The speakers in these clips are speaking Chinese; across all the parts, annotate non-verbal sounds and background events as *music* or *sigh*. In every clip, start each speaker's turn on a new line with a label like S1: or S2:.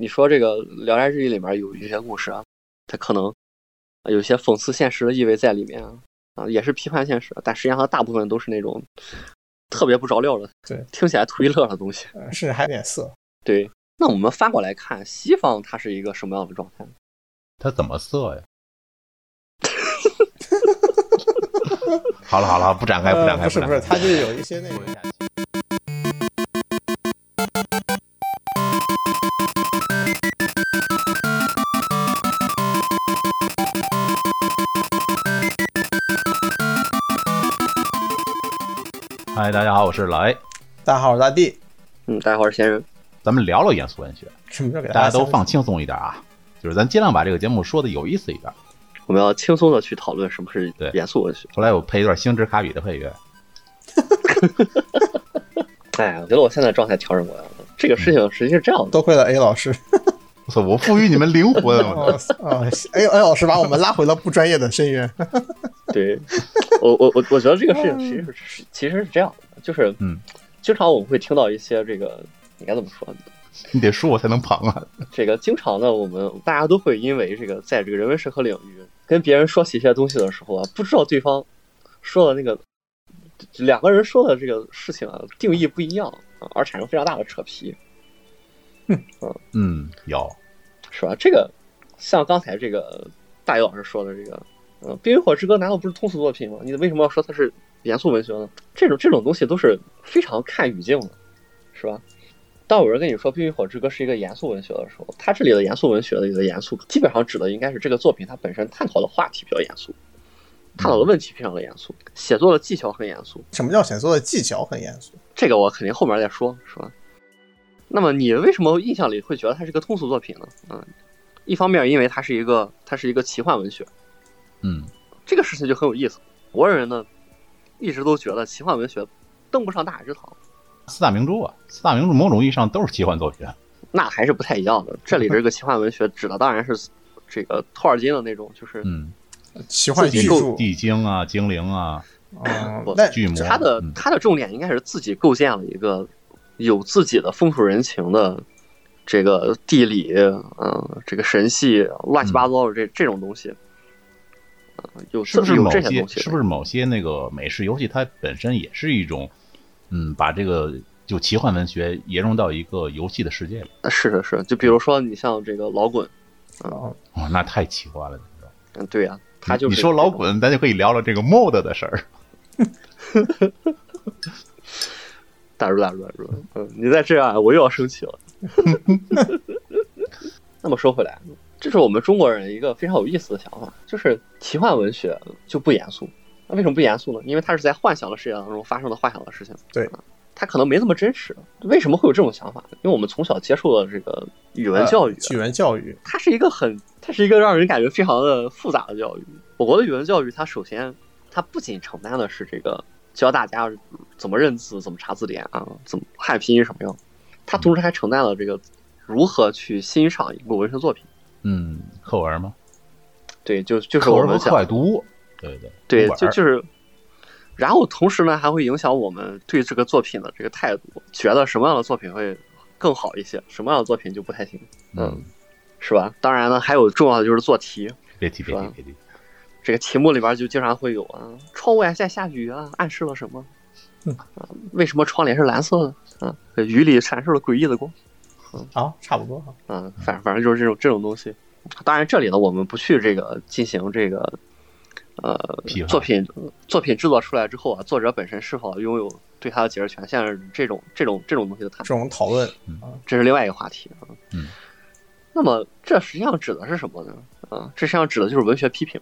S1: 你说这个《聊斋志异》里面有一些故事啊，它可能有些讽刺现实的意味在里面啊，啊也是批判现实，但实际上它大部分都是那种特别不着调的，
S2: 对，
S1: 听起来图一乐的东西。
S2: 呃甚至还有点色。
S1: 对，那我们翻过来看，西方它是一个什么样的状态呢？
S3: 他怎么色呀？ *laughs* 好了好了，不展开，不
S2: 呃，
S3: 展开，
S2: 不是
S3: 展
S2: 不
S3: 开
S2: 是，它就有一些
S3: *laughs*
S2: 那种。
S3: 嗨，大家好，我是老 A。
S2: 大家好，我是大地。
S1: 嗯，大家好，我是闲人。
S3: 咱们聊聊严肃文学，
S2: 什么时候给
S3: 大家都
S2: 下
S3: 放轻松一点啊，就是咱尽量把这个节目说的有意思一点。
S1: 我们要轻松的去讨论什么是
S3: 对
S1: 严肃文学。
S3: 后来我配一段星之卡比的配乐，
S1: 哎，我觉得我现在状态调整过来了。这个事情实际是这样的，
S2: 多亏了 A 老师。
S3: 我操，我赋予你们灵魂，我
S2: 哦哦，A A 老师把我们拉回了不专业的深渊。 *laughs*
S1: 对我我我我觉得这个事情其实是其实是这样的，就是
S3: 嗯，
S1: 经常我们会听到一些这个应该怎么说呢？
S3: 你得说我才能捧啊。
S1: 这个经常呢，我们大家都会因为这个在这个人文社科领域跟别人说起一些东西的时候啊，不知道对方说的那个两个人说的这个事情啊定义不一样啊，而产生非常大的扯皮，
S3: 嗯，有，
S1: 是吧？这个像刚才这个大姚老师说的这个，呃，《冰与火之歌》难道不是通俗作品吗？你为什么要说它是严肃文学呢？这种这种东西都是非常看语境的，是吧？当有人跟你说《冰与火之歌》是一个严肃文学的时候，它这里的严肃文学的里的严肃，基本上指的应该是这个作品它本身探讨的话题比较严肃，探讨的问题非常的严肃，写作的技巧很严肃，
S2: 什么叫写作的技巧很严肃？
S1: 这个我肯定后面再说，是吧？那么你为什么印象里会觉得它是个通俗作品呢？嗯，一方面因为它是一个它是一个奇幻文学，
S3: 嗯，
S1: 这
S3: 这
S1: 个事情就很有意思。国人呢一直都觉得奇幻文学登不上大雅之堂，
S3: 四大名著啊，四大名著某种意义上都是奇幻作品。
S1: 那还是不太一样的。这里这个奇幻文学指的当然是这个托尔金的那种，就是
S3: 嗯，
S2: 奇幻
S1: 自己
S2: 巨著
S1: 构
S3: 地精啊，精灵啊，
S2: 啊
S1: 不，
S2: 那
S3: 巨魔，
S1: 他的
S3: 嗯
S1: 他的重点应该是自己构建了一个有自己的风土人情的这个地理，嗯、这个神系乱七八糟的这、这种东西，呃有
S3: 嗯是
S1: 这
S3: 不是
S1: 有
S3: 某
S1: 这些
S3: 些
S1: 东西，
S3: 是不是某些那个美式游戏它本身也是一种，嗯，把这个就奇幻文学延融到一个游戏的世界里。
S1: 呃是是是，就比如说你像这个老滚，
S2: 哦
S3: 哦，那太奇幻了。你知道吗
S1: 嗯，对呀、他就是
S3: 你说老，滚，咱就可以聊聊这个 mod 的事儿。
S1: 打住打住打住，嗯，你再这样我又要生气了。 *laughs* 那么说回来，这是我们中国人一个非常有意思的想法，就是奇幻文学就不严肃。那为什么不严肃呢？因为它是在幻想的世界当中发生的幻想的事情。
S2: 对
S1: 啊，它可能没那么真实。为什么会有这种想法？因为我们从小接受的这个语文教育，啊
S2: 语文教育，
S1: 它是一个很，它是一个让人感觉非常的复杂的教育。我国的语文教育，它首先，它不仅承担的是这个教大家怎么认字、怎么查字典啊、怎么汉拼音什么样，它同时还承担了这个如何去欣赏一部文学作品。
S3: 嗯，课文吗？
S1: 对，就就是
S3: 课
S1: 我
S3: 文和
S1: 们
S3: 课外
S1: 讲，
S3: 读物。对对
S1: 对，
S3: 读本
S1: 就
S3: 儿
S1: 就是，然后同时呢，还会影响我们对这个作品的这个态度，觉得什么样的作品会更好一些，什么样的作品就不太行，
S3: 嗯，
S1: 是吧？当然呢，还有重要的就是做题，
S3: 别提别
S1: 是
S3: 提
S1: 吧
S3: 别提，
S1: 这个题目里边就经常会有啊，窗外在下雨啊，暗示了什么？
S2: 嗯
S1: 啊，为什么窗帘是蓝色的？啊，雨里闪烁了诡异的光。
S2: 好，差不多哈。
S1: 啊，反反正就是这种这种东西。当然，这里呢，我们不去这个进行这个呃
S3: 批判
S1: 作品作品制作出来之后啊，作者本身是否拥有对它的解释权限这种这种这种东西的探讨
S2: 这。种讨论，
S1: 这是另外一个话题啊。
S3: 嗯，
S1: 那么这实际上指的是什么呢？啊，这实际上指的就是文学批评。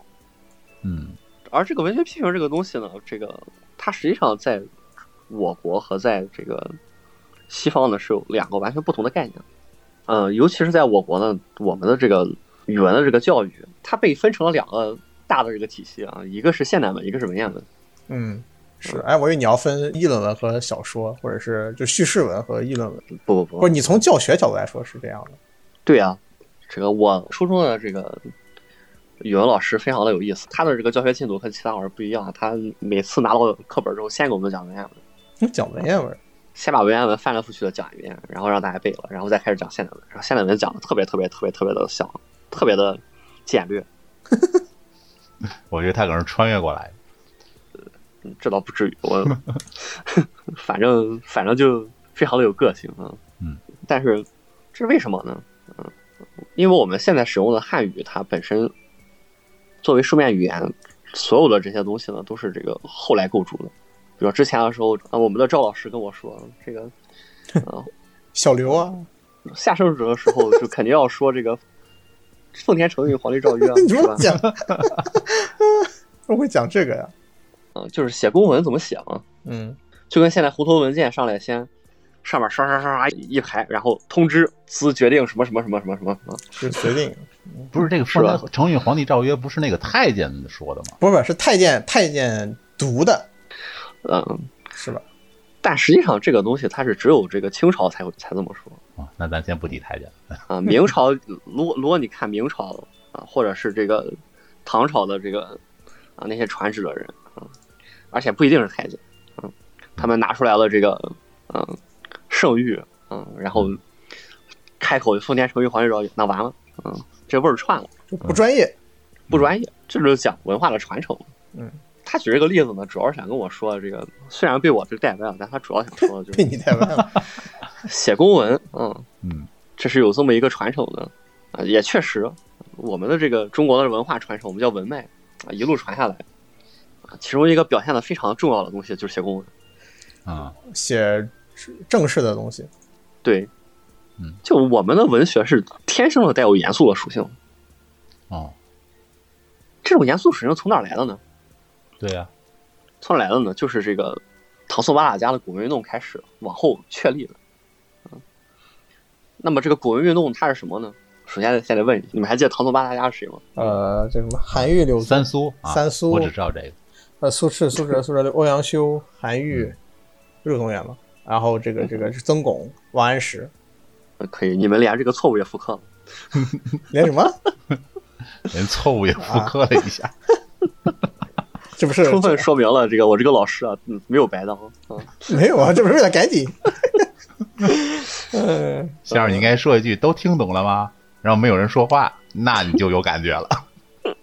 S3: 嗯
S1: 而这个文学批评这个东西呢，这个它实际上在我国和在这个西方呢是有两个完全不同的概念。嗯，尤其是在我国呢，我们的这个语文的这个教育，它被分成了两个大的这个体系啊，一个是现代文，一个是文言文。
S2: 嗯，是。哎，我以为你要分议论文和小说，或者是就叙事文和议论文，
S1: 不不
S2: 不
S1: 不
S2: 是，你从教学角度来说是这样的。
S1: 对啊，这个我初中的这个语文老师非常的有意思，他的这个教学进度和其他老师不一样，他每次拿到课本之后，先给我们讲文言文。
S2: 你讲文言文，
S1: 先把文言文翻来覆去的讲一遍，然后让大家背了，然后再开始讲现代文。然后现代文讲的特别特别特别特别的小，特别的简略。
S3: 我觉得他可能是穿越过来的。
S1: 嗯这倒不至于，我 *laughs* 反正反正就非常的有个性啊。
S3: 嗯，
S1: 但是这是为什么呢？嗯，因为我们现在使用的汉语，它本身作为书面语言，所有的这些东西呢，都是这个后来构筑的。比如之前的时候，啊，我们的赵老师跟我说，这个呃
S2: 小刘啊，
S1: 下圣旨的时候，就肯定要说这个“奉天承运，皇帝诏曰”，
S2: *laughs* 你
S1: 是
S2: 怎么
S1: 吧？
S2: 讲？怎么会讲这个呀？
S1: 嗯，就是写公文怎么写嘛。
S2: 嗯，
S1: 就跟现在胡同文件上来先上面刷刷刷刷一排，然后通知兹决定什么什么什么什么什么什么，
S2: 是决定，
S3: 不是啊这个
S1: 是吧
S3: 《承运皇帝诏曰》不是那个太监说的吗？
S2: *laughs* 不是不是，是太监太监读的，
S1: 嗯，
S2: 是吧？
S1: 但实际上这个东西它是只有这个清朝才会才这么说
S3: 啊，那咱先不提太监了。
S1: 啊，明朝如果如果你看明朝啊，或者是这个唐朝的这个啊那些传旨的人啊，而且不一定是太监，嗯，他们拿出来了这个嗯圣谕，嗯，然后开口就奉天承运皇帝诏曰，那完了，嗯，这味儿串了。
S2: 就不专业。
S1: 不专业，这就是讲文化的传承。
S2: 嗯，
S1: 他举这个例子呢，主要是想跟我说，这个虽然被我这带歪了，但他主要想说的就
S2: 被
S1: 是
S2: 你带歪 *laughs* 了，
S1: 写公文，嗯，
S3: 嗯
S1: 这是有这么一个传承的啊，也确实，我们的这个中国的文化传承，我们叫文脉啊，一路传下来啊，其中一个表现的非常重要的东西就是写公文。
S3: 啊，
S2: 写正式的东西，
S1: 对，
S3: 嗯，
S1: 就我们的文学是天生的带有严肃的属性，
S3: 哦，
S1: 这种严肃属性从哪儿来的呢？
S3: 对啊呀、
S1: 从哪儿来的呢？就是这个唐宋八大家的古文运动开始往后确立的。嗯，那么这个古文运动它是什么呢？首先先得问一下，你们还记得唐宋八大家是谁吗？
S2: 呃，这什么韩愈、柳
S3: 三
S2: 宗、
S3: 苏啊，
S2: 三苏
S3: 我只知道这个。
S2: 呃苏轼、苏辙、苏 *laughs* 辙、欧阳修、韩愈、柳宗元嘛，然后这个 *laughs* 这个是曾巩、王安石，
S1: 呃可以，你们连这个错误也复刻了。
S2: 连 *laughs* 什么？
S3: 人错误也复刻了一下。
S2: 啊这不是
S1: 充分说明了这个我这个老师啊，嗯，没有白当啊。
S2: 没有啊？这不是为了赶 *laughs* 紧？嗯，
S3: *laughs* 先生，你应该说一句“都听懂了吗？”然后没有人说话，那你就有感觉了。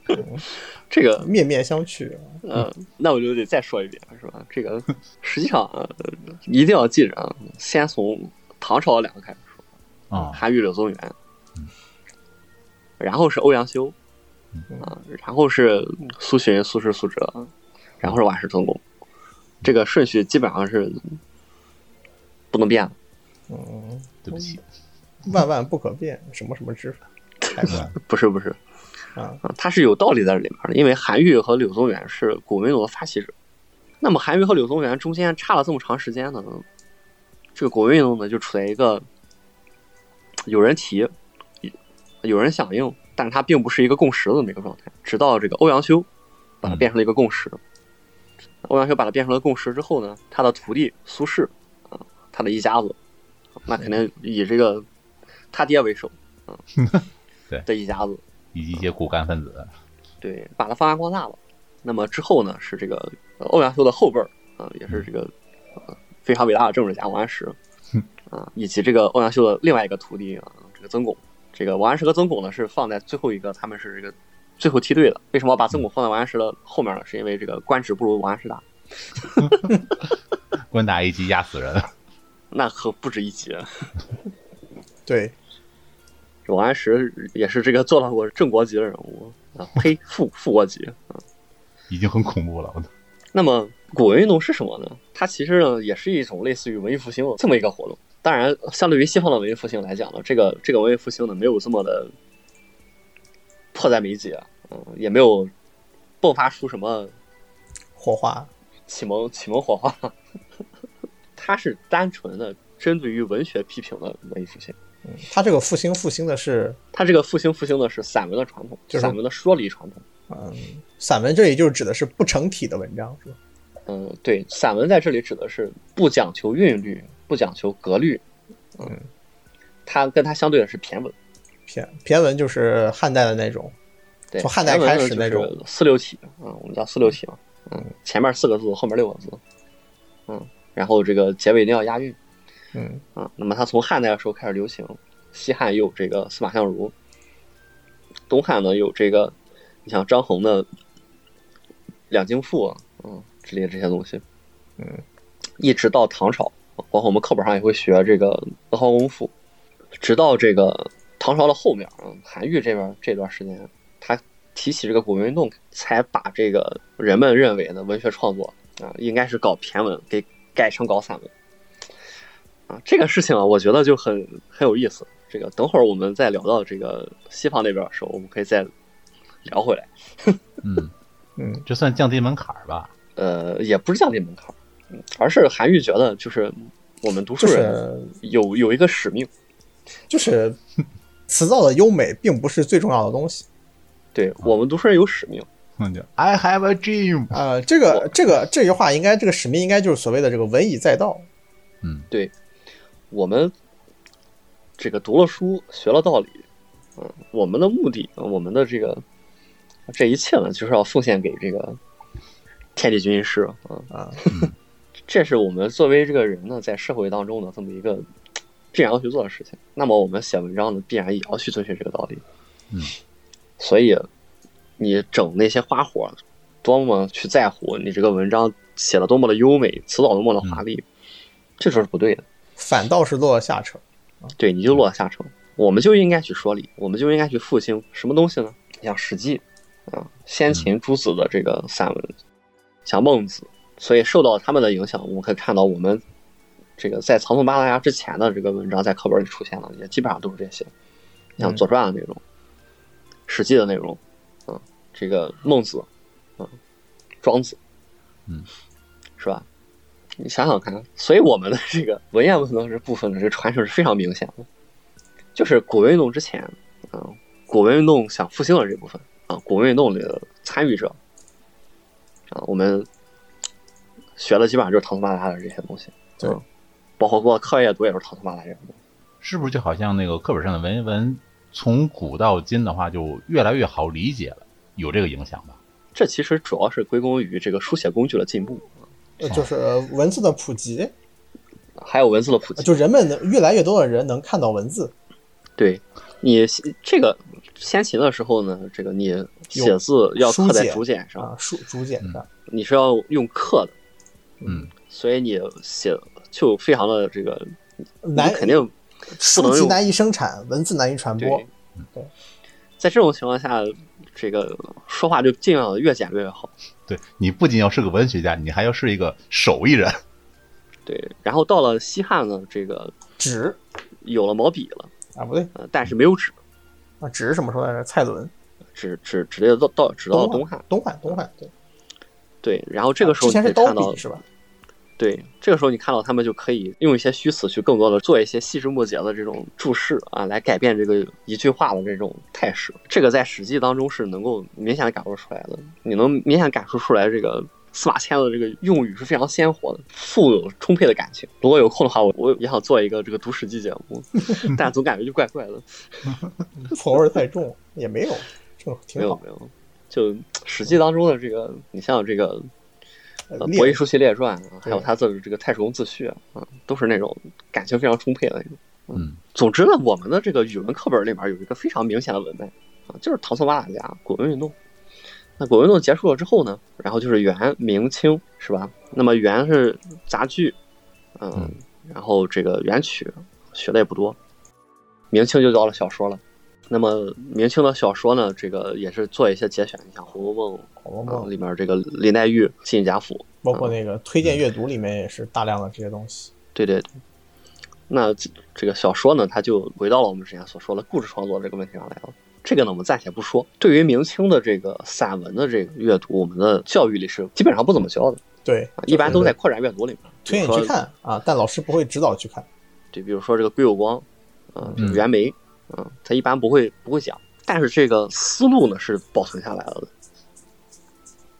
S3: *laughs*
S1: 这个，
S2: 面面相觑。
S1: 呃，那我就得再说一遍，是吧？这个实际上、呃、一定要记着啊，先从唐朝的两个开始说，
S3: 啊、
S1: 韩愈、柳宗元，然后是欧阳修，啊，然后是苏洵、苏轼、苏辙，然后是瓦石曾巩，这个顺序基本上是不能变的。
S2: 嗯，
S3: 对不起，
S2: 万万不可变，什么什么之法。
S3: 嗯
S1: 不是不是，呃
S2: 啊
S1: 它是有道理在这里面的，因为韩愈和柳宗元是古文运动的发起者。那么韩愈和柳宗元中间差了这么长时间呢，这个古文运动呢就处在一个有人提，有人响应，但是它并不是一个共识的这么一个状态。直到这个欧阳修把它变成了一个共识，欧阳修把它变成了共识之后呢，他的徒弟苏轼啊，他的一家子，那肯定以这个他爹为首啊
S3: 对
S1: 的一家子，
S3: 以及一些骨干分子。
S1: 对，把它发扬光大了。那么之后呢，是这个呃欧阳修的后辈儿啊、也是这个、呃非常伟大的政治家王安石
S3: 嗯
S1: 啊、以及这个欧阳修的另外一个徒弟啊、这个曾巩。这个王安石和曾巩呢是放在最后一个，他们是这个最后梯队的。为什么要把曾巩放在王安石的后面呢？是因为这个官职不如王安石大，
S3: 官打一级压死人，
S1: 那可不止一级。 *laughs*
S2: 对，
S1: 王安石也是这个做到过正国级的人物啊，呸，副副国级。
S3: 已经很恐怖了。我操
S1: 那么古文运动是什么呢？它其实呢也是一种类似于文艺复兴的这么一个活动。当然，相对于西方的文艺复兴来讲呢，这个这个文艺复兴呢没有这么的迫在眉睫，嗯，也没有迸发出什么
S2: 火花。
S1: 启蒙 *laughs* 启蒙火花，它是单纯的针对于文学批评的文艺复兴。
S2: 嗯，他这个复兴复兴的是，
S1: 它这个复兴复兴的是散文的传统，
S2: 就是
S1: 散文的说理传统。
S2: 嗯，散文这里就指的是不成体的文章，是吧？
S1: 嗯，对，散文在这里指的是不讲求韵律，不讲求格律。
S2: 嗯，
S1: 它跟它相对的是骈文。
S2: 骈骈文就是汉代的那种，
S1: 对，
S2: 从汉代开始那种
S1: 嗯四六体啊，我们叫四六体嘛，嗯，前面四个字，后面六个字，嗯，然后这个结尾一定要押韵
S2: 嗯
S1: 啊。那么它从汉代的时候开始流行，西汉有这个司马相如，东汉呢有这个，你像张衡的《两京赋》啊，嗯之类的这些东西，
S2: 嗯，
S1: 一直到唐朝，包括我们课本上也会学这个《阿房宫赋》，直到这个唐朝的后面啊，韩愈这边这段时间，他提起这个古文运动，才把这个人们认为的文学创作啊，应该是搞骈文，给改成搞散文。啊，这个事情啊，我觉得就很很有意思。这个等会儿我们再聊到这个西方那边的时候，我们可以再聊回来。
S3: 嗯，
S2: 嗯
S3: 这算降低门槛儿吧？
S1: 呃，也不是降低门槛儿，嗯而是韩愈觉得就是我们读书
S2: 就
S1: 人
S2: 是
S1: 有有一个使命，
S2: 就是 *laughs* 词藻的优美并不是最重要的东西。嗯
S1: 对我们读书人有使命。
S3: 那就 I have a dream。
S2: 呃，这个
S1: 我
S2: 这个这句话应该这个使命应该就是所谓的这个文以载道。
S3: 嗯，
S1: 我们这个读了书，学了道理，嗯，我们的目的，我们的这个这一切呢，就是要奉献给这个天地军医师啊，
S2: 啊，
S1: 这是我们作为这个人呢，在社会当中的这么一个必然要去做的事情。那么我们写文章呢，必然也要去遵循这个道理。
S3: 嗯，
S1: 所以你整那些花火，多么去在乎你这个文章写的多么的优美，词藻多么的华丽，这就是不对的。
S2: 反倒是落下乘。
S1: 对，你就落下乘。我们就应该去说理，我们就应该去复兴什么东西呢？你像《史记》啊，先秦诸子的这个散文，像孟子，所以受到他们的影响，我们可以看到我们这个在长颂八大家之前的这个文章在课本里出现了，也基本上都是这些，像《左传》的内容，史记》的内容，啊，这个孟子，啊，庄子，
S3: 嗯，
S1: 是吧？你想想看，所以我们的这个文言文能这部分的这个传承是非常明显的，就是古文运动之前，啊、古文运动想复兴的这部分啊、古文运动里的参与者，啊、我们学的基本上就是唐宋八大的这些东西，
S2: 对
S1: 啊包括过课业读也是唐宋八大这些东西，
S3: 是不是就好像那个课本上的文言文，从古到今的话，就越来越好理解了，有这个影响吧？
S1: 这其实主要是归功于这个书写工具的进步，
S2: 呃就是文字的普及，
S1: 啊
S2: 呃
S1: 还有文字的普及。
S2: 啊就人们能越来越多的人能看到文字，
S1: 对你这个先秦的时候呢，这个你写字要刻在竹简上，
S2: 啊，书竹简上，
S1: 你是要用刻的，
S3: 嗯，
S1: 所以你写就非常的这个，
S2: 难
S1: 你嗯肯定不
S2: 书
S1: 能
S2: 籍
S1: 用
S2: 难以生产，文字难以传播
S1: 对。在这种情况下，这个说话就尽量越简略越好。
S3: 对你不仅要是个文学家，你还要是一个手艺人。
S1: 对，然后到了西汉呢，这个
S2: 纸
S1: 有了毛笔了，
S2: 啊，不对
S1: 呃，但是没有纸，
S2: 啊，纸是什么时候来着？蔡伦，
S1: 纸纸纸类的到到直到
S2: 东
S1: 东汉。
S2: 东汉，东汉，对，
S1: 对，然后这个时候
S2: 啊之
S1: 你
S2: 前
S1: 可以
S2: 是
S1: 看
S2: 刀
S1: 到
S2: 笔，是吧？ *laughs*
S1: 对，这个时候你看到他们就可以用一些虚词去更多的做一些细枝末节的这种注释啊，来改变这个一句话的这种态势。这个在《史记》当中是能够明显的感受出来的，你能明显感受出来这个司马迁的这个用语是非常鲜活的，富有充沛的感情。如果有空的话，我我也想做一个这个读史记节
S2: *laughs*
S1: 目，但总感觉就怪怪的。
S2: 口味太重，也没有，这
S1: 没
S2: 挺
S1: 有
S2: 好。
S1: 没有，就《史记》当中的这个，你像这个
S2: 呃
S1: 呃，《
S2: 列
S1: 博弈书系列传》啊，还有
S2: 对
S1: 他的这个《太史公自序》啊，都是那种感情非常充沛的那种。
S3: 嗯，
S1: 总之呢，我们的这个语文课本里面有一个非常明显的文脉啊，就是唐宋八大家古文运动。那古文运动结束了之后呢，然后就是元、明清，是吧？那么元是杂剧，嗯
S3: 嗯，
S1: 然后这个元曲学的也不多，明清就到了小说了。那么明清的小说呢，这个也是做一些节选，你像《红楼梦》
S2: 红楼
S1: 啊
S2: 梦，
S1: 里面这个林黛玉进贾府，
S2: 包括那个推荐阅读里面也是大量的这些东西。
S1: 对对对。那这这个小说呢，它就回到了我们之前所说的故事创作这个问题上来了。这个呢，我们暂且不说。对于明清的这个散文的这个阅读，我们的教育里是基本上不怎么教的，
S2: 对，
S1: 啊一般都在扩展阅读里面。
S2: 推荐你去看啊，但老师不会指导去看。
S1: 对，比如说这个归有光，啊、这
S3: 嗯
S1: 个袁枚，啊、他一般不会不会讲，但是这个思路呢是保存下来了的，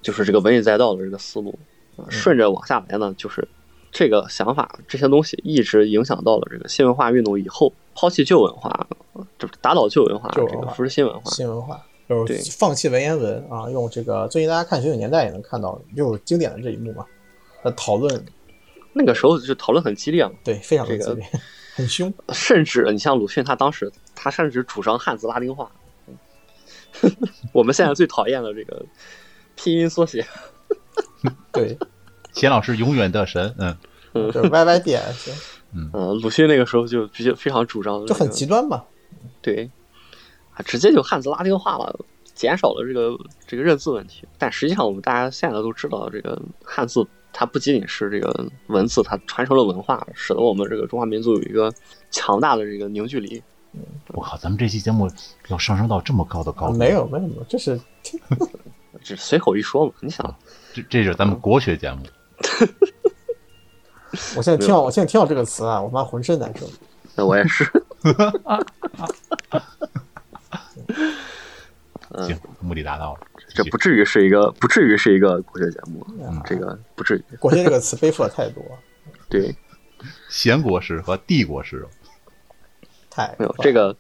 S1: 就是这个文以载道的这个思路，啊、
S2: 嗯
S1: 顺着往下来呢，就是这个想法，这些东西一直影响到了这个新文化运动以后，抛弃旧文化，就是打倒旧文化，
S2: 旧文
S1: 这个
S2: 化
S1: 扶持新文化，
S2: 新文化，就
S1: 对
S2: 是放弃文言文啊，用这个最近大家看《九九年代》也能看到，就是经典的这一幕嘛。呃，讨论
S1: 那个时候就讨论很激烈嘛，
S2: 对，非常的
S1: 这
S2: 激
S1: 个
S2: 烈，很凶。
S1: 甚至你像鲁迅，他当时他甚至主张汉字拉丁化。 *laughs* 我们现在最讨厌的这个拼音缩写，
S2: 对，
S3: 钱老师永远的神，嗯
S2: 就是 Y Y D S，
S1: 嗯，鲁迅那个时候就比较非常主 *laughs* 张、这个，
S2: 就很极端嘛。
S1: 对，啊，直接就汉字拉丁化了，减少了这个这个认字问题。但实际上，我们大家现在都知道，这个汉字它不仅仅是这个文字，它传承了文化，使得我们这个中华民族有一个强大的这个凝聚力。
S3: 我靠，咱们这期节目要上升到这么高的高度，
S2: 没有没有没有，就是
S1: 只随口一说嘛，你想，
S3: 这这是咱们国学节目，
S2: 我现在听到我现在听到这个词啊，我妈浑身难受。
S1: 那我也是。 *laughs* 嗯
S3: 行，目的达到了。
S1: 这不至于是一个，不至于是一个国学节目，
S2: 嗯
S1: 这个不至于。
S2: 国学这个词背负了太多，
S1: 对，
S3: 贤国师和帝国师，
S2: 太
S1: 没有这个，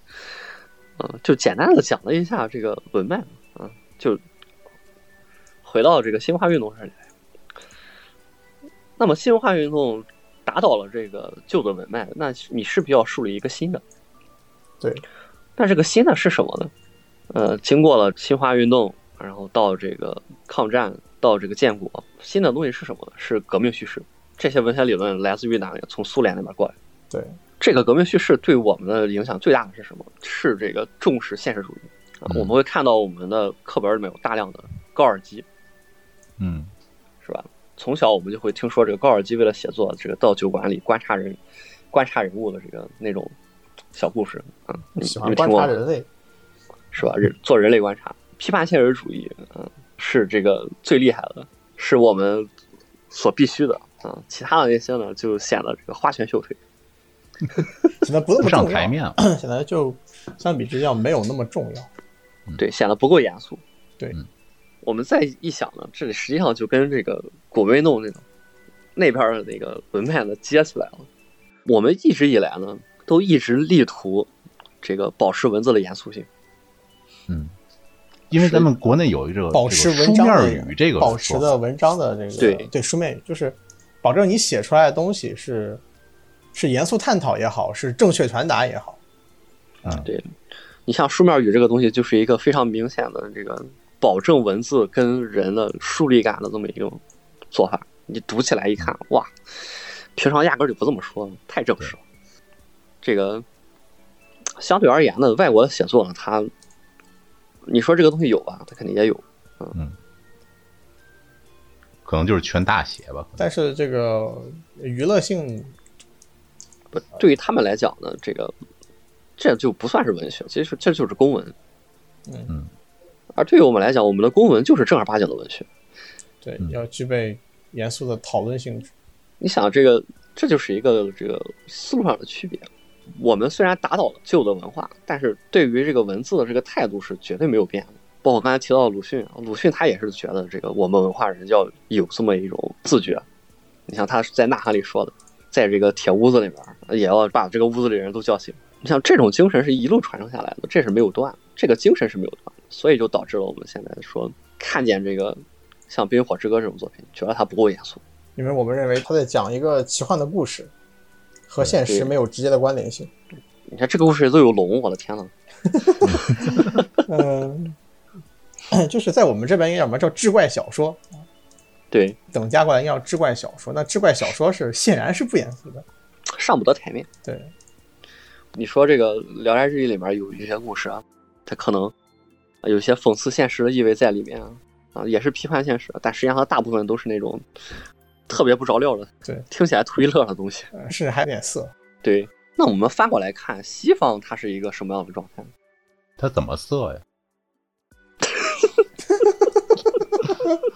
S1: 嗯、就简单的讲了一下这个文脉，嗯、就回到这个新文化运动上来。那么新文化运动打倒了这个旧的文脉，那你势必要树立一个新的。
S2: 对，
S1: 那这个新的是什么呢？呃，经过了新文化运动，然后到这个抗战，到这个建国，新的东西是什么呢？是革命叙事。这些文学理论来自于哪里？从苏联那边过来的。
S2: 对
S1: 这个革命叙事对我们的影响最大的是什么？是这个重视现实主义。啊
S3: 嗯
S1: 我们会看到我们的课本里面有大量的高尔基，
S3: 嗯，
S1: 是吧？从小我们就会听说这个高尔基为了写作，这个到酒馆里观察人、观察人物的这个那种小故事啊，你
S2: 喜
S1: 你
S2: 欢
S1: 们听
S2: 观
S1: 过
S2: 察
S1: 吗
S2: 人 *laughs* 类，
S1: 是吧？人做人类观察，批判现实主义，嗯、是这个最厉害的，是我们所必须的啊、其他的那些呢，就显得这个花拳绣腿。
S2: 显得不那
S3: 不
S2: 么
S3: 上
S2: 重
S3: 台
S2: 要，
S3: 面了。
S2: 显得就相比之下没有那么重要。
S1: 对，显得不够严肃。
S2: 对
S3: 嗯
S1: 我们再一想呢，这里实际上就跟这个古威弄那个那边的那个文脉呢接起来了。我们一直以来呢，都一直力图这个保持文字的严肃性。
S3: 嗯，因为咱们国内有一个
S2: 保持
S3: 这
S2: 文
S3: 个书
S2: 章的
S3: 面语这个
S2: 保持的文章的这个
S1: 对
S2: 书面语，就是保证你写出来的东西是是严肃探讨也好，是正确传达也好，
S1: 你像书面语这个东西，就是一个非常明显的这个保证文字跟人的疏离感的这么一种做法。你读起来一看，哇，平常压根儿就不这么说，太正式了。这个相对而言呢，外国的写作呢，它你说这个东西有吧，它肯定也有。
S3: 可能就是全大写吧。可能
S2: 但是这个娱乐性
S1: 不，对于他们来讲呢，这个这就不算是文学，其实这就是公文。
S2: 嗯
S3: 嗯。
S1: 而对于我们来讲，我们的公文就是正儿八经的文学。
S2: 对
S3: 嗯
S2: 要具备严肃的讨论性质。
S1: 你想，这个这就是一个这个思路上的区别。我们虽然打倒了旧的文化，但是对于这个文字的这个态度是绝对没有变的。包括刚才提到的鲁迅，啊鲁迅他也是觉得这个我们文化人要有这么一种自觉。你像他在《呐喊》里说的，在这个铁屋子里面，也要把这个屋子里人都叫醒。你像这种精神是一路传承下来的，这是没有断，这个精神是没有断的，所以就导致了我们现在说看见这个像《冰与火之歌》这种作品，觉得它不够严肃。
S2: 因为我们认为他在讲一个奇幻的故事，和现实
S1: 对
S2: 没有直接的关联性。
S1: 你看这个故事都有龙，我的天呐！
S2: 嗯， *coughs* 就是在我们这边应该叫什么叫志怪小说，
S1: 对，
S2: 等加过来应该叫志怪小说。那志怪小说是显然是不严肃的，
S1: 上不得台面。
S2: 对，
S1: 你说这个《聊斋志异》里面有一些故事啊，它可能呃有些讽刺现实的意味在里面啊，啊，也是批判现实，但实际上它大部分都是那种特别不着调的，
S2: 对，
S1: 听起来图一乐的东西。
S2: 呃甚至还有点色。
S1: 对，那我们翻过来看，西方它是一个什么样的状态？
S3: 他怎么色呀？ *laughs*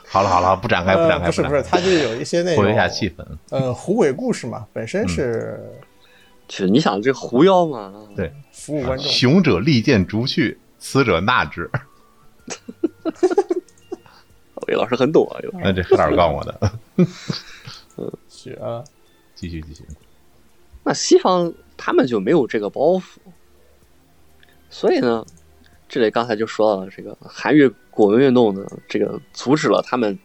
S3: 好了好了，不展开，不展
S2: 呃，
S3: 开，
S2: 不是
S3: 展
S2: 不是，
S3: 开
S2: 他就是有一些那
S3: 活
S2: 种
S3: 跃一下气氛。嗯
S2: 呃，狐鬼故事嘛，本身是
S1: 就是你想这狐妖嘛，
S3: 对
S2: 服务观众，哎
S3: 雄者利剑逐去，死者纳之。
S1: 魏老师很懂啊，有
S3: 那这黑老师告诉我的， *laughs*
S2: 是啊，
S3: 继续继续。
S1: 那西方他们就没有这个包袱，所以呢，这里刚才就说到了这个韩愈古文运动呢，这个阻止了他们，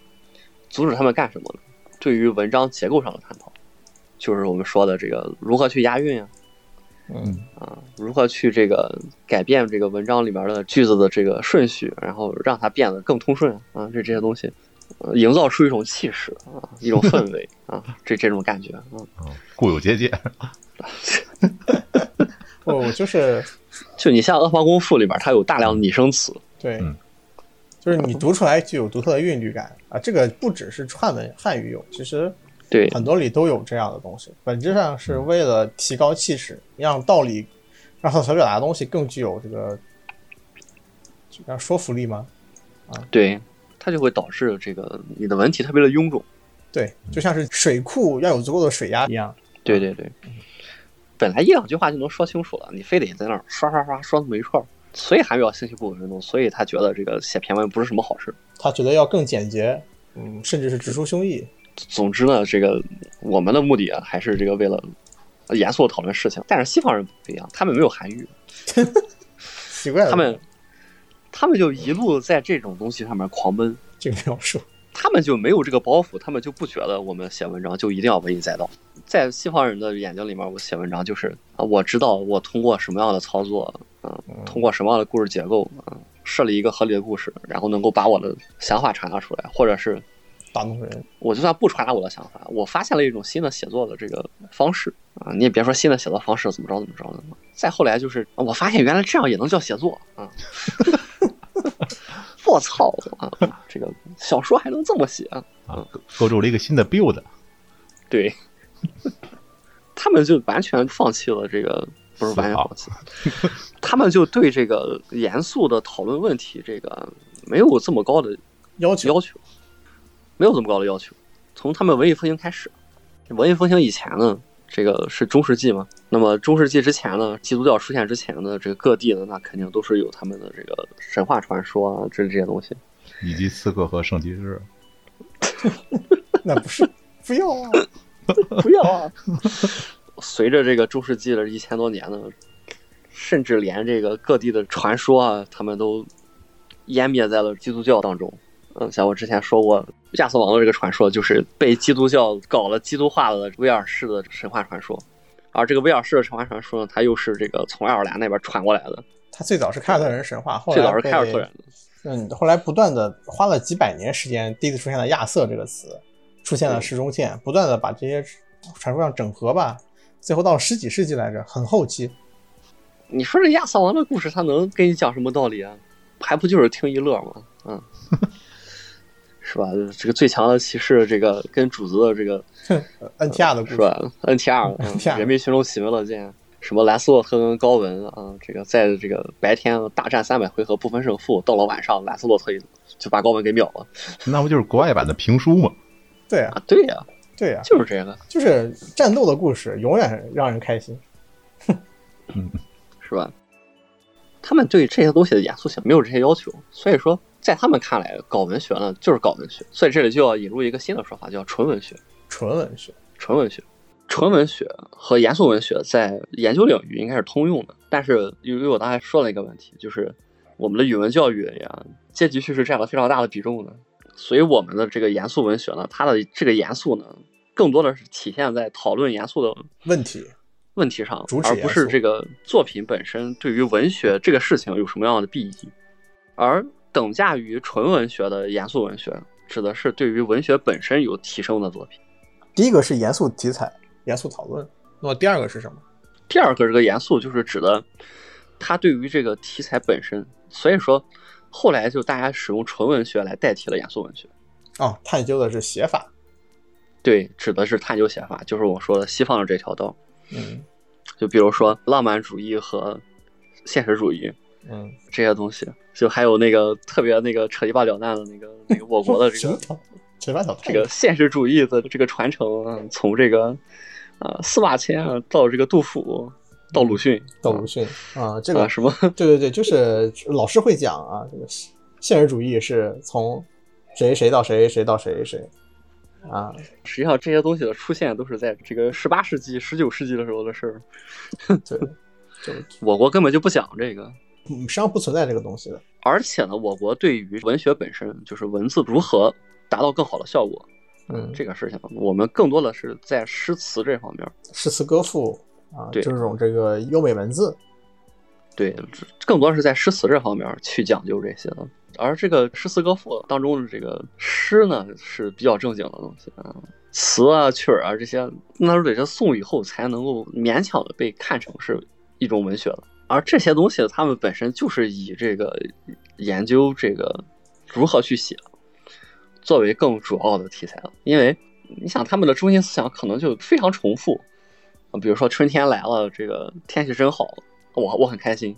S1: 阻止他们干什么呢？对于文章结构上的探讨，就是我们说的这个如何去押韵呀、
S2: 嗯
S1: 啊，如何去这个改变这个文章里面的句子的这个顺序，然后让它变得更通顺啊，这这些东西，呃营造出一种气势啊，一种氛围啊，这这种感觉啊，
S3: 嗯，固有结界，
S2: 不就是
S1: 就你像《阿房宫赋》里边，它有大量的拟声词，
S2: 对
S3: 嗯，
S2: 就是你读出来具有独特的韵律感啊。这个不只是汉文汉语有，其实
S1: 对
S2: 很多里都有这样的东西，本质上是
S3: 嗯
S2: 为了提高气势，让道理，让他所表达的东西更具有这个，让说服力吗？
S1: 对，它就会导致这个你的文体特别的臃肿。
S2: 对，就像是水库要有足够的水嗯压一样。
S1: 对对对，嗯本来一两句话就能说清楚了，你非得在那儿刷刷刷说那么一串儿，所以韩愈要兴趣不稳运动，所以他觉得这个写篇文不是什么好事。
S2: 他觉得要更简洁，嗯，甚至是直抒胸臆。
S1: 总之呢，这个我们的目的啊，还是这个为了严肃地讨论事情。但是西方人不一样，他们没有韩愈，
S2: 奇怪了，
S1: 他们他们就一路在这种东西上面狂奔，
S2: 这个描述，
S1: 他们就没有这个包袱，他们就不觉得我们写文章就一定要文以载道。在西方人的眼睛里面，我写文章就是啊，我知道我通过什么样的操作，嗯、通过什么样的故事结构，嗯、设立一个合理的故事，然后能够把我的想法传达出来，或者是
S2: 打动人。
S1: 我就算不传达我的想法，我发现了一种新的写作的这个方式啊，你也别说新的写作方式怎么着怎么着的嘛。再后来就是啊我发现原来这样也能叫写作啊， *laughs* 我操啊，这个小说还能这么写啊！
S3: 啊，构构筑了一个新的 build，
S1: 对， *laughs* 他们就完全放弃了这个，不是
S3: 思
S1: 完全
S3: 考
S1: 放弃，他们就对这个严肃的讨论问题这个没有这么高的
S2: 要求
S1: 要求，没有这么高的要求。从他们文艺复兴开始，文艺复兴以前呢，这个是中世纪嘛。那么中世纪之前呢，基督教出现之前呢，这个各地呢，那肯定都是有他们的这个神话传说啊，这这些东西。
S3: 以及刺客和圣骑士，
S2: 那不是不要啊，
S1: 不要啊！随着这个中世纪的一千多年呢，甚至连这个各地的传说啊，他们都湮灭在了基督教当中。嗯，像我之前说过，亚瑟王的这个传说就是被基督教搞了基督化了的威尔士的神话传说，而这个威尔士的神话传说呢，它又是这个从爱尔兰那边传过来的，
S2: 他最早是凯尔特人神话，后来
S1: 最早是凯尔特人
S2: 被。嗯，后来不断的花了几百年时间，第一次出现了亚瑟这个词，出现了时钟线，不断的把这些传说上整合吧，最后到了十几世纪来着，很后期。
S1: 你说这亚瑟王的故事，他能跟你讲什么道理啊？还不就是听一乐吗？嗯，是吧？这个最强的骑士，这个跟主子的这个
S2: 呃 NTR 的故
S1: 是
S2: 事，
S1: 吧？NTR，、嗯、
S2: NTR
S1: 人民群众喜闻乐见。什么兰斯洛特跟高文啊，这个在这个白天大战三百回合不分胜负，到了晚上兰斯洛特一就把高文给秒了
S3: 那不就是国外版的评书吗？
S2: 对啊，
S1: 啊！对呀、
S2: 对啊，
S1: 就是这个，
S2: 就是战斗的故事永远让人开心。
S1: 是吧？他们对这些东西的严肃性没有这些要求，所以说在他们看来，搞文学呢就是搞文学，所以这里就要引入一个新的说法，叫纯文学。
S2: 纯文学，
S1: 纯文学。纯文学和严肃文学在研究领域应该是通用的，但是因为我刚才说了一个问题，就是我们的语文教育呀，阶级叙事占了非常大的比重呢，所以我们的这个严肃文学呢，它的这个严肃呢，更多的是体现在讨论严肃的
S2: 问题
S1: 问题上
S2: 主，旨
S1: 而
S2: 严
S1: 不是
S2: 肃
S1: 这个作品本身对于文学这个事情有什么样的裨益。而等价于纯文学的严肃文学，指的是对于文学本身有提升的作品。
S2: 第一个是严肃题材，严肃讨论。那么第二个是什么？
S1: 第二个这个严肃就是指的他对于这个题材本身，所以说后来就大家使用纯文学来代替了严肃文学。
S2: 哦，探究的是写法。
S1: 对，指的是探究写法，就是我说的西方的这条道。
S2: 嗯
S1: 就比如说浪漫主义和现实主义
S2: 嗯，
S1: 这些东西，就还有那个特别那个扯鸡巴了蛋的那个那个我国的这
S2: 什么
S1: 个
S2: 讨什么
S1: *laughs*
S2: 讨
S1: 这个现实主义的这个传承啊，从这个呃司马迁啊到这个杜甫到鲁迅，
S2: 嗯到鲁迅啊，这
S1: 这
S2: 个
S1: 啊、什么
S2: 对对对，就是老师会讲啊，这个现实主义是从谁谁到谁谁到谁谁啊，
S1: 实际上这些东西的出现都是在这个十八世纪、十九世纪的时候的事儿，
S2: 对，
S1: 我国根本就不讲这个。
S2: 嗯实际上不存在这个东西的。
S1: 而且呢，我国对于文学本身，就是文字如何达到更好的效果，
S2: 嗯，
S1: 这个事情，我们更多的是在诗词这方面，
S2: 诗词歌赋啊，
S1: 对
S2: 就是这种这个优美文字，
S1: 对，更多是在诗词这方面去讲究这些的。而这个诗词歌赋当中的这个诗呢，是比较正经的东西啊，词啊、曲儿啊这些，那都得是宋以后才能够勉强的被看成是一种文学了。而这些东西，他们本身就是以这个研究这个如何去写作为更主要的题材了。因为你想，他们的中心思想可能就非常重复，啊，比如说春天来了，这个天气真好，我我很开心。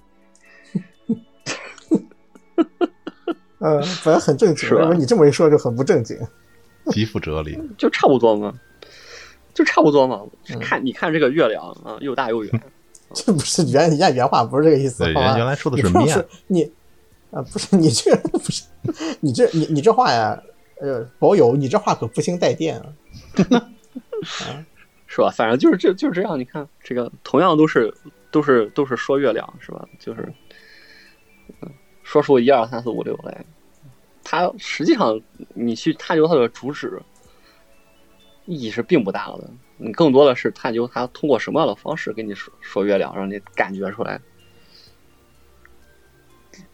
S2: 嗯，本来很正经，
S1: 是吧
S2: 为什么你这么一说就很不正经？
S3: 极富哲理。
S1: 就差不多嘛，就差不多嘛
S2: 嗯。
S1: 看你看这个月亮啊，又大又圆，
S2: 这不是原人家原话，不是这个意思，
S3: 对，
S2: 好
S3: 原原
S2: 吧？
S3: 来说的
S2: 你
S3: 是
S2: 不要
S3: 面
S2: 说，你啊，不是你这个不是你这你你这话呀，呃，博友，你这话可不兴带电啊！
S1: 是吧？反正就是这就是这样。你看这个，同样都是都是都是说月亮，是吧？就是，嗯，说出一二三四五六来，它实际上你去探究它的主旨，意义是并不大的。你更多的是探究它通过什么样的方式跟你说说月亮，让你感觉出来，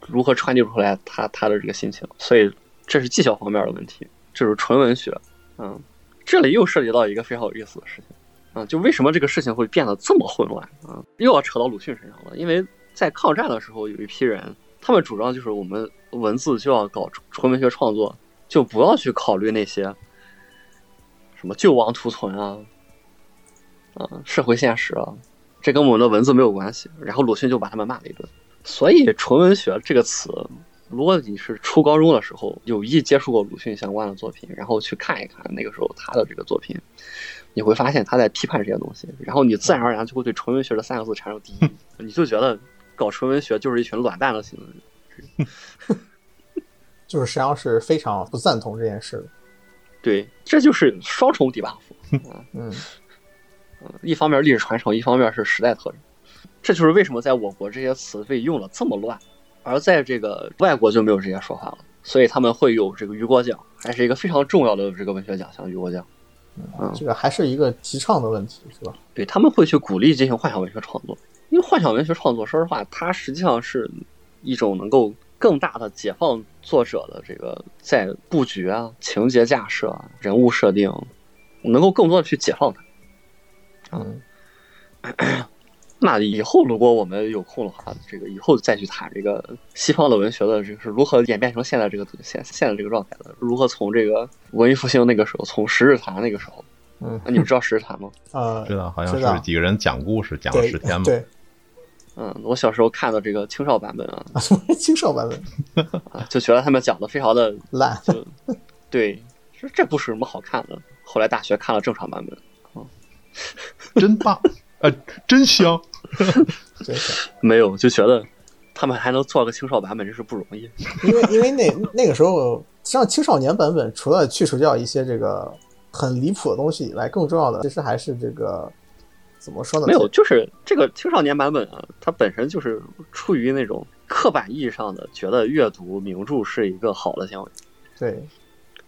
S1: 如何传递出来他他的这个心情。所以这是技巧方面的问题，这是纯文学。嗯，这里又涉及到一个非常有意思的事情。啊，就为什么这个事情会变得这么混乱啊？又要扯到鲁迅身上了，因为在抗战的时候，有一批人，他们主张就是我们文字就要搞纯文学创作，就不要去考虑那些什么救亡图存啊，啊，社会现实啊，这跟我们的文字没有关系。然后鲁迅就把他们骂了一顿。所以“纯文学”这个词，如果你是初高中的时候有意接触过鲁迅相关的作品，然后去看一看那个时候他的这个作品，你会发现他在批判这些东西，然后你自然而然就会对“纯文学”这三个字产生敌意，你就觉得搞纯文学就是一群卵蛋的行为。
S2: 就是实际上是非常不赞同这件事的。
S1: 对，这就是双重 debuff，
S2: 嗯，
S1: 一方面历史传承，一方面是时代特征。这就是为什么在我国这些词被用了这么乱，而在这个外国就没有这些说法了。所以他们会有这个雨果奖，还是一个非常重要的这个文学奖项——雨果奖。嗯
S2: 这个还是一个提倡的问题，是吧？
S1: 对他们会去鼓励进行幻想文学创作，因为幻想文学创作，说实话，它实际上是一种能够更大的解放作者的这个在布局啊、情节架设啊、人物设定，能够更多的去解放它。
S2: 嗯，
S1: *coughs* 那以后如果我们有空的话，这个以后再去谈这个西方的文学的这个是如何演变成现在这个现现在这个状态的，如何从这个文艺复兴那个时候，从十日谈那个时候，啊
S2: 嗯
S1: 那你们知道十日谈吗？
S2: 呃，
S3: 知道好像
S2: 知道
S3: 是几个人讲故事，讲了
S2: 对
S3: 十天嘛。
S2: 对， *laughs*
S1: 嗯，我小时候看的这个青少版本啊，
S2: 青少版本
S1: 啊就觉得他们讲的非常的
S2: 烂，
S1: 就对，说这故事有什么好看的？后来大学看了正常版本，
S3: 真棒，呃，真香。
S2: 真是。
S1: 没有就觉得他们还能做个青少版本，真是不容易。
S2: 因为因为那那个时候，实际上青少年版本除了去除掉一些这个很离谱的东西以外，更重要的其实还是这个怎么说呢？
S1: 没有，就是这个青少年版本啊，它本身就是出于那种刻板意义上的觉得阅读名著是一个好的行为。
S2: 对，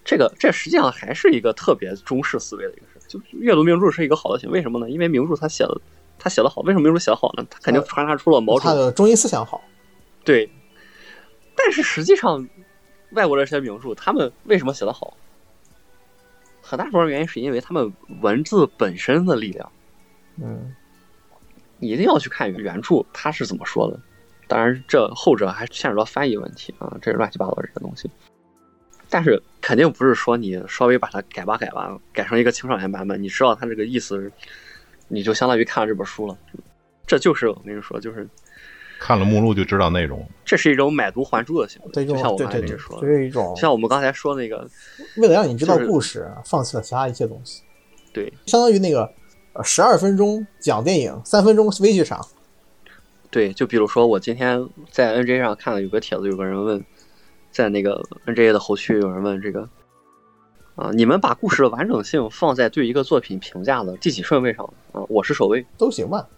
S1: 这个这实际上还是一个特别中式思维的一个事，就是阅读名著是一个好的行为。为什么呢？因为名著它写的它写的好，为什么名著写的好呢？它肯定传达出了某
S2: 他
S1: 种
S2: 的中心思想好，
S1: 对，但是实际上，外国的这些名著，他们为什么写得好？很大部分原因是因为他们文字本身的力量。
S2: 嗯，
S1: 你一定要去看原著它是怎么说的。当然，这后者还牵扯到翻译问题啊，这是乱七八糟这些东西。但是肯定不是说你稍微把它改吧改吧，改成一个青少年版本，你知道它这个意思，你就相当于看了这本书了。这就是我跟你说，就是
S3: 看了目录就知道内容，
S1: 这是一种买椟还珠的行为，
S2: 对，
S1: 就
S2: 用
S1: 像我
S2: 对
S1: 刚才跟
S2: 对对，
S1: 你说
S2: 就
S1: 的，
S2: 是一种
S1: 就像我们刚才说那个，
S2: 为了让你知道
S1: 就是
S2: 故事，放弃了其他一切东西，
S1: 对
S2: 相当于那个呃十二分钟讲电影，三分钟微剧场，
S1: 对，就比如说我今天在 NJ 上看了有个帖子，有个人问，在那个 NJ 的后区有人问这个，啊，你们把故事的完整性放在对一个作品评价的第几顺位上啊？我是首位
S2: 都行吧？嗯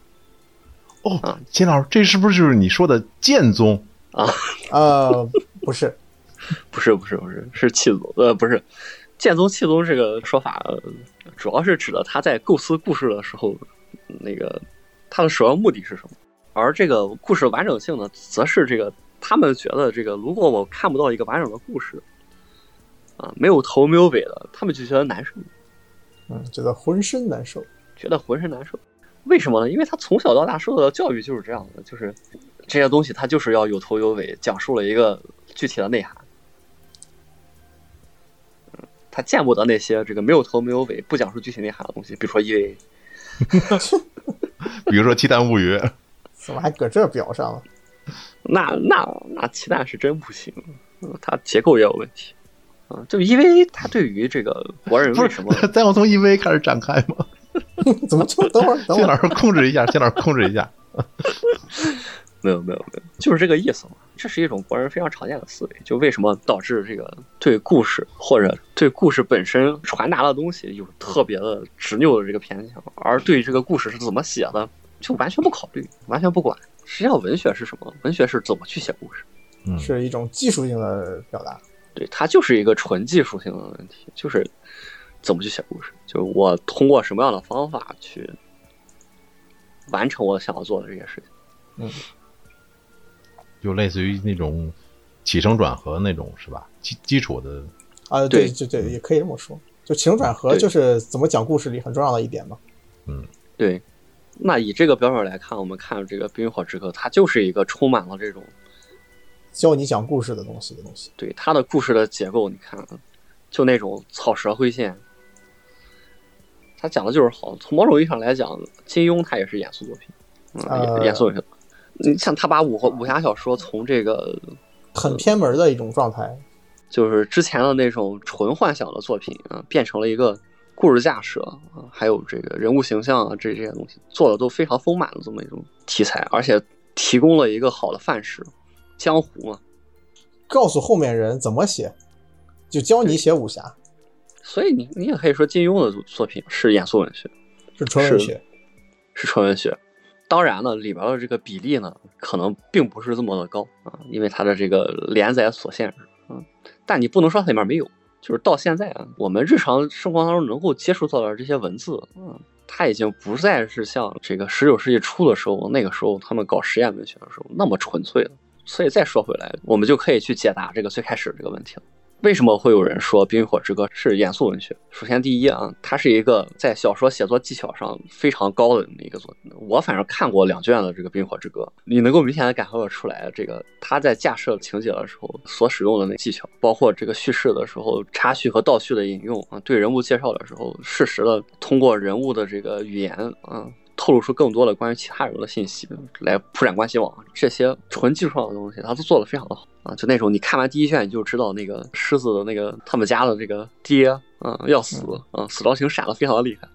S3: 哦，秦老师，这是不是就是你说的剑宗？ *laughs*
S2: 呃，不是， *laughs*
S1: 不是不是不是是气族，呃不是剑宗气宗这个说法，呃主要是指的他在构思故事的时候，那个他的首要目的是什么？而这个故事完整性呢，则是这个他们觉得这个，如果我看不到一个完整的故事，啊，没有头没有尾的，他们就觉得难受，
S2: 嗯，觉得浑身难受。
S1: 觉得浑身难受。为什么呢？因为他从小到大受到的教育就是这样的，就是这些东西它就是要有头有尾，讲述了一个具体的内涵。嗯他见不得那些这个没有头没有尾、不讲述具体内涵的东西，比如说 E EVA。
S3: 比如说《奇谭物语》，
S2: *laughs* 怎么还搁这表上了？ *laughs*
S1: 那那那鸡蛋是真不行，嗯它结构也有问题。啊，就 EVA 它对于这个国人为什
S3: *laughs*
S1: 么
S3: 再往从 EVA 开始展开吗？
S2: 怎么就等会儿等会
S3: 谢
S1: *laughs*
S3: 老
S1: 啊
S2: 儿？
S3: 师控制一下，谢老师控制一
S2: *laughs*
S3: 下。
S1: 没有没有没有，就是这个意思嘛。这是一种国人非常常见的思维，就为什么导致这个对故事或者对故事本身传达的东西有特别的执拗的这个偏向，而对这个故事是怎么写的就完全不考虑，完全不管。实际上，文学是什么？文学是怎么去写故事？
S3: 嗯，
S2: 是一种技术性的表达。
S1: 对，它就是一个纯技术性的问题，就是怎么去写故事，就是我通过什么样的方法去完成我想要做的这些事情。
S3: 就类似于那种起承转合那种是吧？基基础的，
S2: 啊，
S1: 对
S2: 对对对，也可以这么说。就起承转合
S1: 对
S2: 就是怎么讲故事里很重要的一点嘛。
S1: 对，那以这个标准来看，我们看这个《冰与火之歌》，它就是一个充满了这种
S2: 教你讲故事的东西的东西。
S1: 对它的故事的结构，你看，啊就那种草蛇灰线，它讲的就是好。从某种意义上来讲，金庸他也是严肃作品，嗯，
S2: 呃
S1: 严严肃文学。你像他把武武侠小说从这个嗯
S2: 很偏门的一种状态，
S1: 就是之前的那种纯幻想的作品啊，变成了一个故事架设啊，还有这个人物形象啊，这这些东西做的都非常丰满的这么一种题材，而且提供了一个好的范式，江湖嘛，
S2: 告诉后面人怎么写，就教你写武侠，
S1: 所以你你也可以说金庸的作品是严肃文学，
S2: 是纯文学。
S1: 是纯文学。当然呢，里边的这个比例呢，可能并不是这么的高啊，因为它的这个连载所限制。嗯，但你不能说它里面没有，就是到现在啊，我们日常生活当中能够接触到的这些文字，嗯，它已经不再是像这个十九世纪初的时候，那个时候他们搞实验文学的时候那么纯粹了。所以再说回来，我们就可以去解答这个最开始这个问题了。为什么会有人说《冰与火之歌》是严肃文学？首先，第一啊，它是一个在小说写作技巧上非常高的这么一个作品。我反正看过两卷的这个《冰与火之歌》，你能够明显的感受得出来，这个它在架设情节的时候所使用的那技巧，包括这个叙事的时候插叙和倒叙的引用啊，对人物介绍的时候，适时的通过人物的这个语言啊，透露出更多的关于其他人的信息，来铺展关系网这些纯技术上的东西，他都做得非常的好啊！就那种你看完第一卷你就知道那个狮子的那个他们家的这个爹，嗯，要死，嗯，死道情闪的非常的厉害，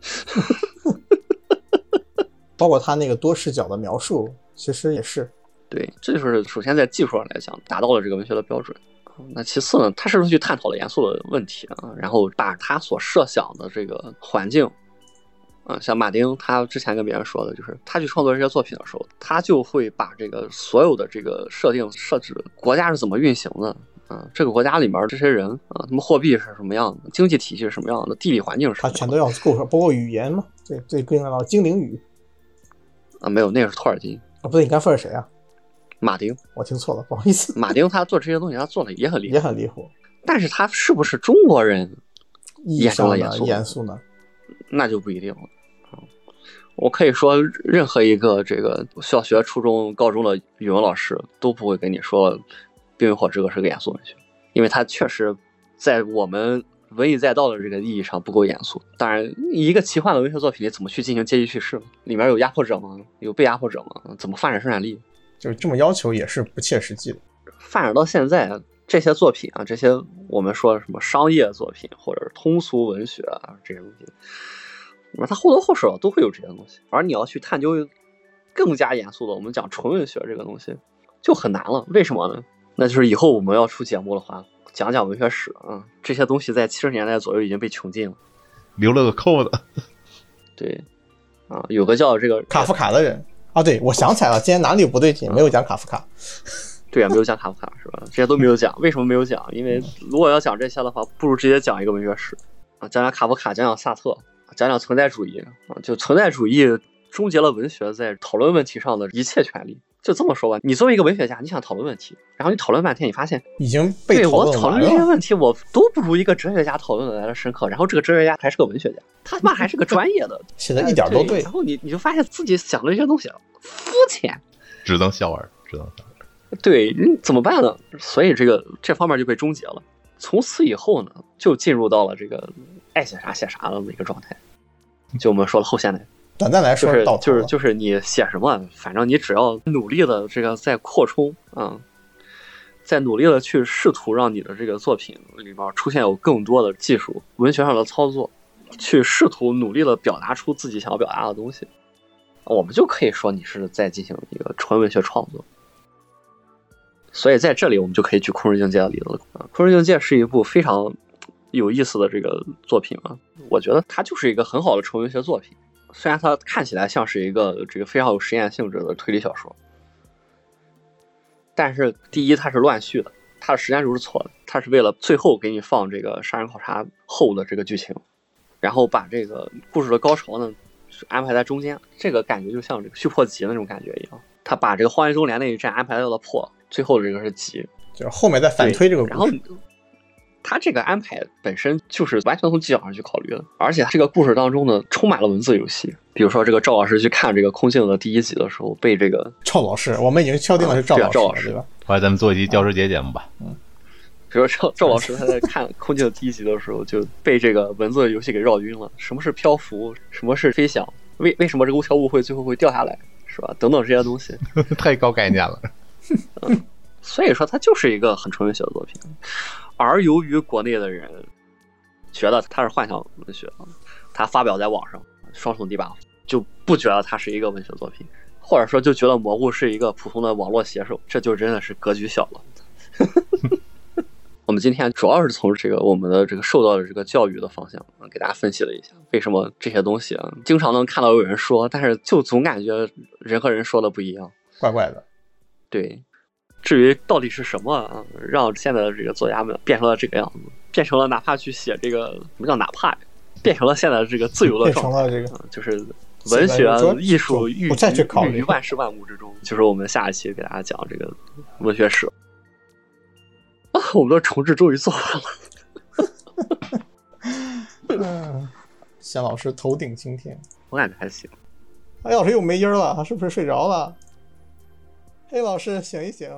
S2: 包括他那个多视角的描述，其实也是
S1: 对，这就是首先在技术上来讲达到了这个文学的标准。嗯那其次呢，他试图去探讨了严肃的问题啊，然后把他所设想的这个环境，啊，像马丁他之前跟别人说的，就是他去创作这些作品的时候，他就会把这个所有的这个设定设置，国家是怎么运行的。啊，这个国家里面这些人啊，他们货币是什么样的，经济体系是什么样的，地理环境是什么
S2: 他
S1: 样的
S2: 全都要构成，包括语言嘛。这这更要到精灵语
S1: 啊，没有，那个是托尔金，
S2: 啊，不对，你刚说的谁啊？
S1: 马丁，
S2: 我听错了，不好意思，
S1: 马丁他做这些东西，他做的也很厉
S2: 也
S1: 害，
S2: 很离谱，
S1: 但是他是不是中国人
S2: 意义上的
S1: 严肃了
S2: 严肃呢？
S1: 那就不一定了。啊我可以说，任何一个这个小学、初中、高中的语文老师都不会跟你说《冰与火之歌》是个严肃文学，因为它确实在我们文以载道的这个意义上不够严肃。当然，一个奇幻的文学作品，你怎么去进行阶级叙事呢？里面有压迫者吗？有被压迫者吗？怎么发展生产力？
S2: 就是这么要求也是不切实际的。
S1: 发展到现在，这些作品啊，这些我们说的什么商业作品或者是通俗文学啊这些东西，那它或多或少都会有这些东西。而你要去探究更加严肃的，我们讲纯文学这个东西就很难了。为什么呢？那就是以后我们要出节目的话，讲讲文学史啊，这些东西在七十年代左右已经被穷尽了。
S3: 留了个扣子。
S1: 对，啊，有个叫这个
S2: 卡夫卡的人啊，对，我想起来了，今天哪里不对劲？没有讲卡夫卡，
S1: 对啊，没有讲卡夫卡是吧？这些都没有讲，为什么没有讲？因为如果要讲这些的话，不如直接讲一个文学史啊，讲讲卡夫卡，讲讲萨特，讲讲存在主义啊。就存在主义终结了文学在讨论问题上的一切权利。就这么说吧，你作为一个文学家，你想讨论问题，然后你讨论半天，你发现
S2: 已经被
S1: 对
S2: 讨
S1: 我
S2: 论
S1: 讨
S2: 完
S1: 论这些
S2: 了。
S1: 问题，我都不如一个哲学家讨论的来的深刻。然后这个哲学家还是个文学家，他他妈还是个专
S2: *laughs*
S1: 业的，哎
S2: 写的一点儿都对
S1: 然，后你你就发现自己想的这些东西肤浅，
S3: 只能笑玩，只能笑玩。
S1: 对，你怎么办呢？所以这个这方面就被终结了。从此以后呢，就进入到了这个爱写啥写啥的一个状态。就我们说了后现代，
S2: 短暂来
S1: 就
S2: 说
S1: 是
S2: 到头
S1: 就是
S2: 了
S1: 就是你写什么，啊反正你只要努力的这个在扩充啊，在努力的去试图让你的这个作品里边出现有更多的技术文学上的操作，去试图努力的表达出自己想要表达的东西，我们就可以说你是在进行一个纯文学创作。所以在这里，我们就可以举《空之境界》的例子了。啊《空之境界》是一部非常有意思的这个作品啊，我觉得它就是一个很好的纯文学作品。虽然它看起来像是一个这个非常有实验性质的推理小说，但是第一它是乱序的，它的时间轴是错的，它是为了最后给你放这个杀人考察后的这个剧情，然后把这个故事的高潮呢是安排在中间，这个感觉就像这个续破集那种感觉一样，他把这个荒原中连那一站安排到了破，最后的这个是集，
S2: 就是后面再反推这个
S1: 然后
S2: 故事，
S1: *laughs* 他这个安排本身就是完全从技巧上去考虑的，而且这个故事当中呢，充满了文字游戏。比如说，这个赵老师去看这个空镜的第一集的时候，被这个
S2: 赵老师，我们已经敲定了是赵
S1: 对啊
S2: 老
S1: 赵老
S2: 师
S1: 师
S2: 了，对吧？
S3: 后来咱们做一期教师节节目吧。 *laughs*
S1: 比如赵赵老师他在 *laughs* 看空镜的第一集的时候，就被这个文字的游戏给绕晕了。什么是漂浮？什么是飞翔？为为什么这个小物会最后会掉下来？是吧？等等这些东西，
S3: 太高概念了。
S1: 所以说它就是一个很纯文学的作品。而由于国内的人觉得它是幻想文学，它发表在网上双重 debuff，就不觉得它是一个文学作品，或者说就觉得蘑菇是一个普通的网络写手，这就真的是格局小了。 *laughs* 我们今天主要是从这个我们的这个受到的这个教育的方向，啊给大家分析了一下为什么这些东西啊，经常能看到有人说，但是就总感觉人和人说的不一样。
S2: 怪怪的，
S1: 对，至于到底是什么啊，让现在的这个作家们变成了这个样子，变成了哪怕去写这个什么叫哪怕呀，变成了现在的这个自由的
S2: 变成
S1: 状态，
S2: 了这个
S1: 啊就是文
S2: 现在
S1: 学啊
S2: 就是说、
S1: 艺术寓
S2: 不再去考
S1: 寓
S2: 虑
S1: 于万事万物之中。就是我们下一期给大家讲这个文学史。 *laughs* 啊，我们的重置终于做完了。
S2: 嗯， *laughs* 向老师头顶青天。
S1: 我感觉还行，
S2: 啊哎哎，老师又没音儿了，是不是睡着了？嘿，老师醒一醒。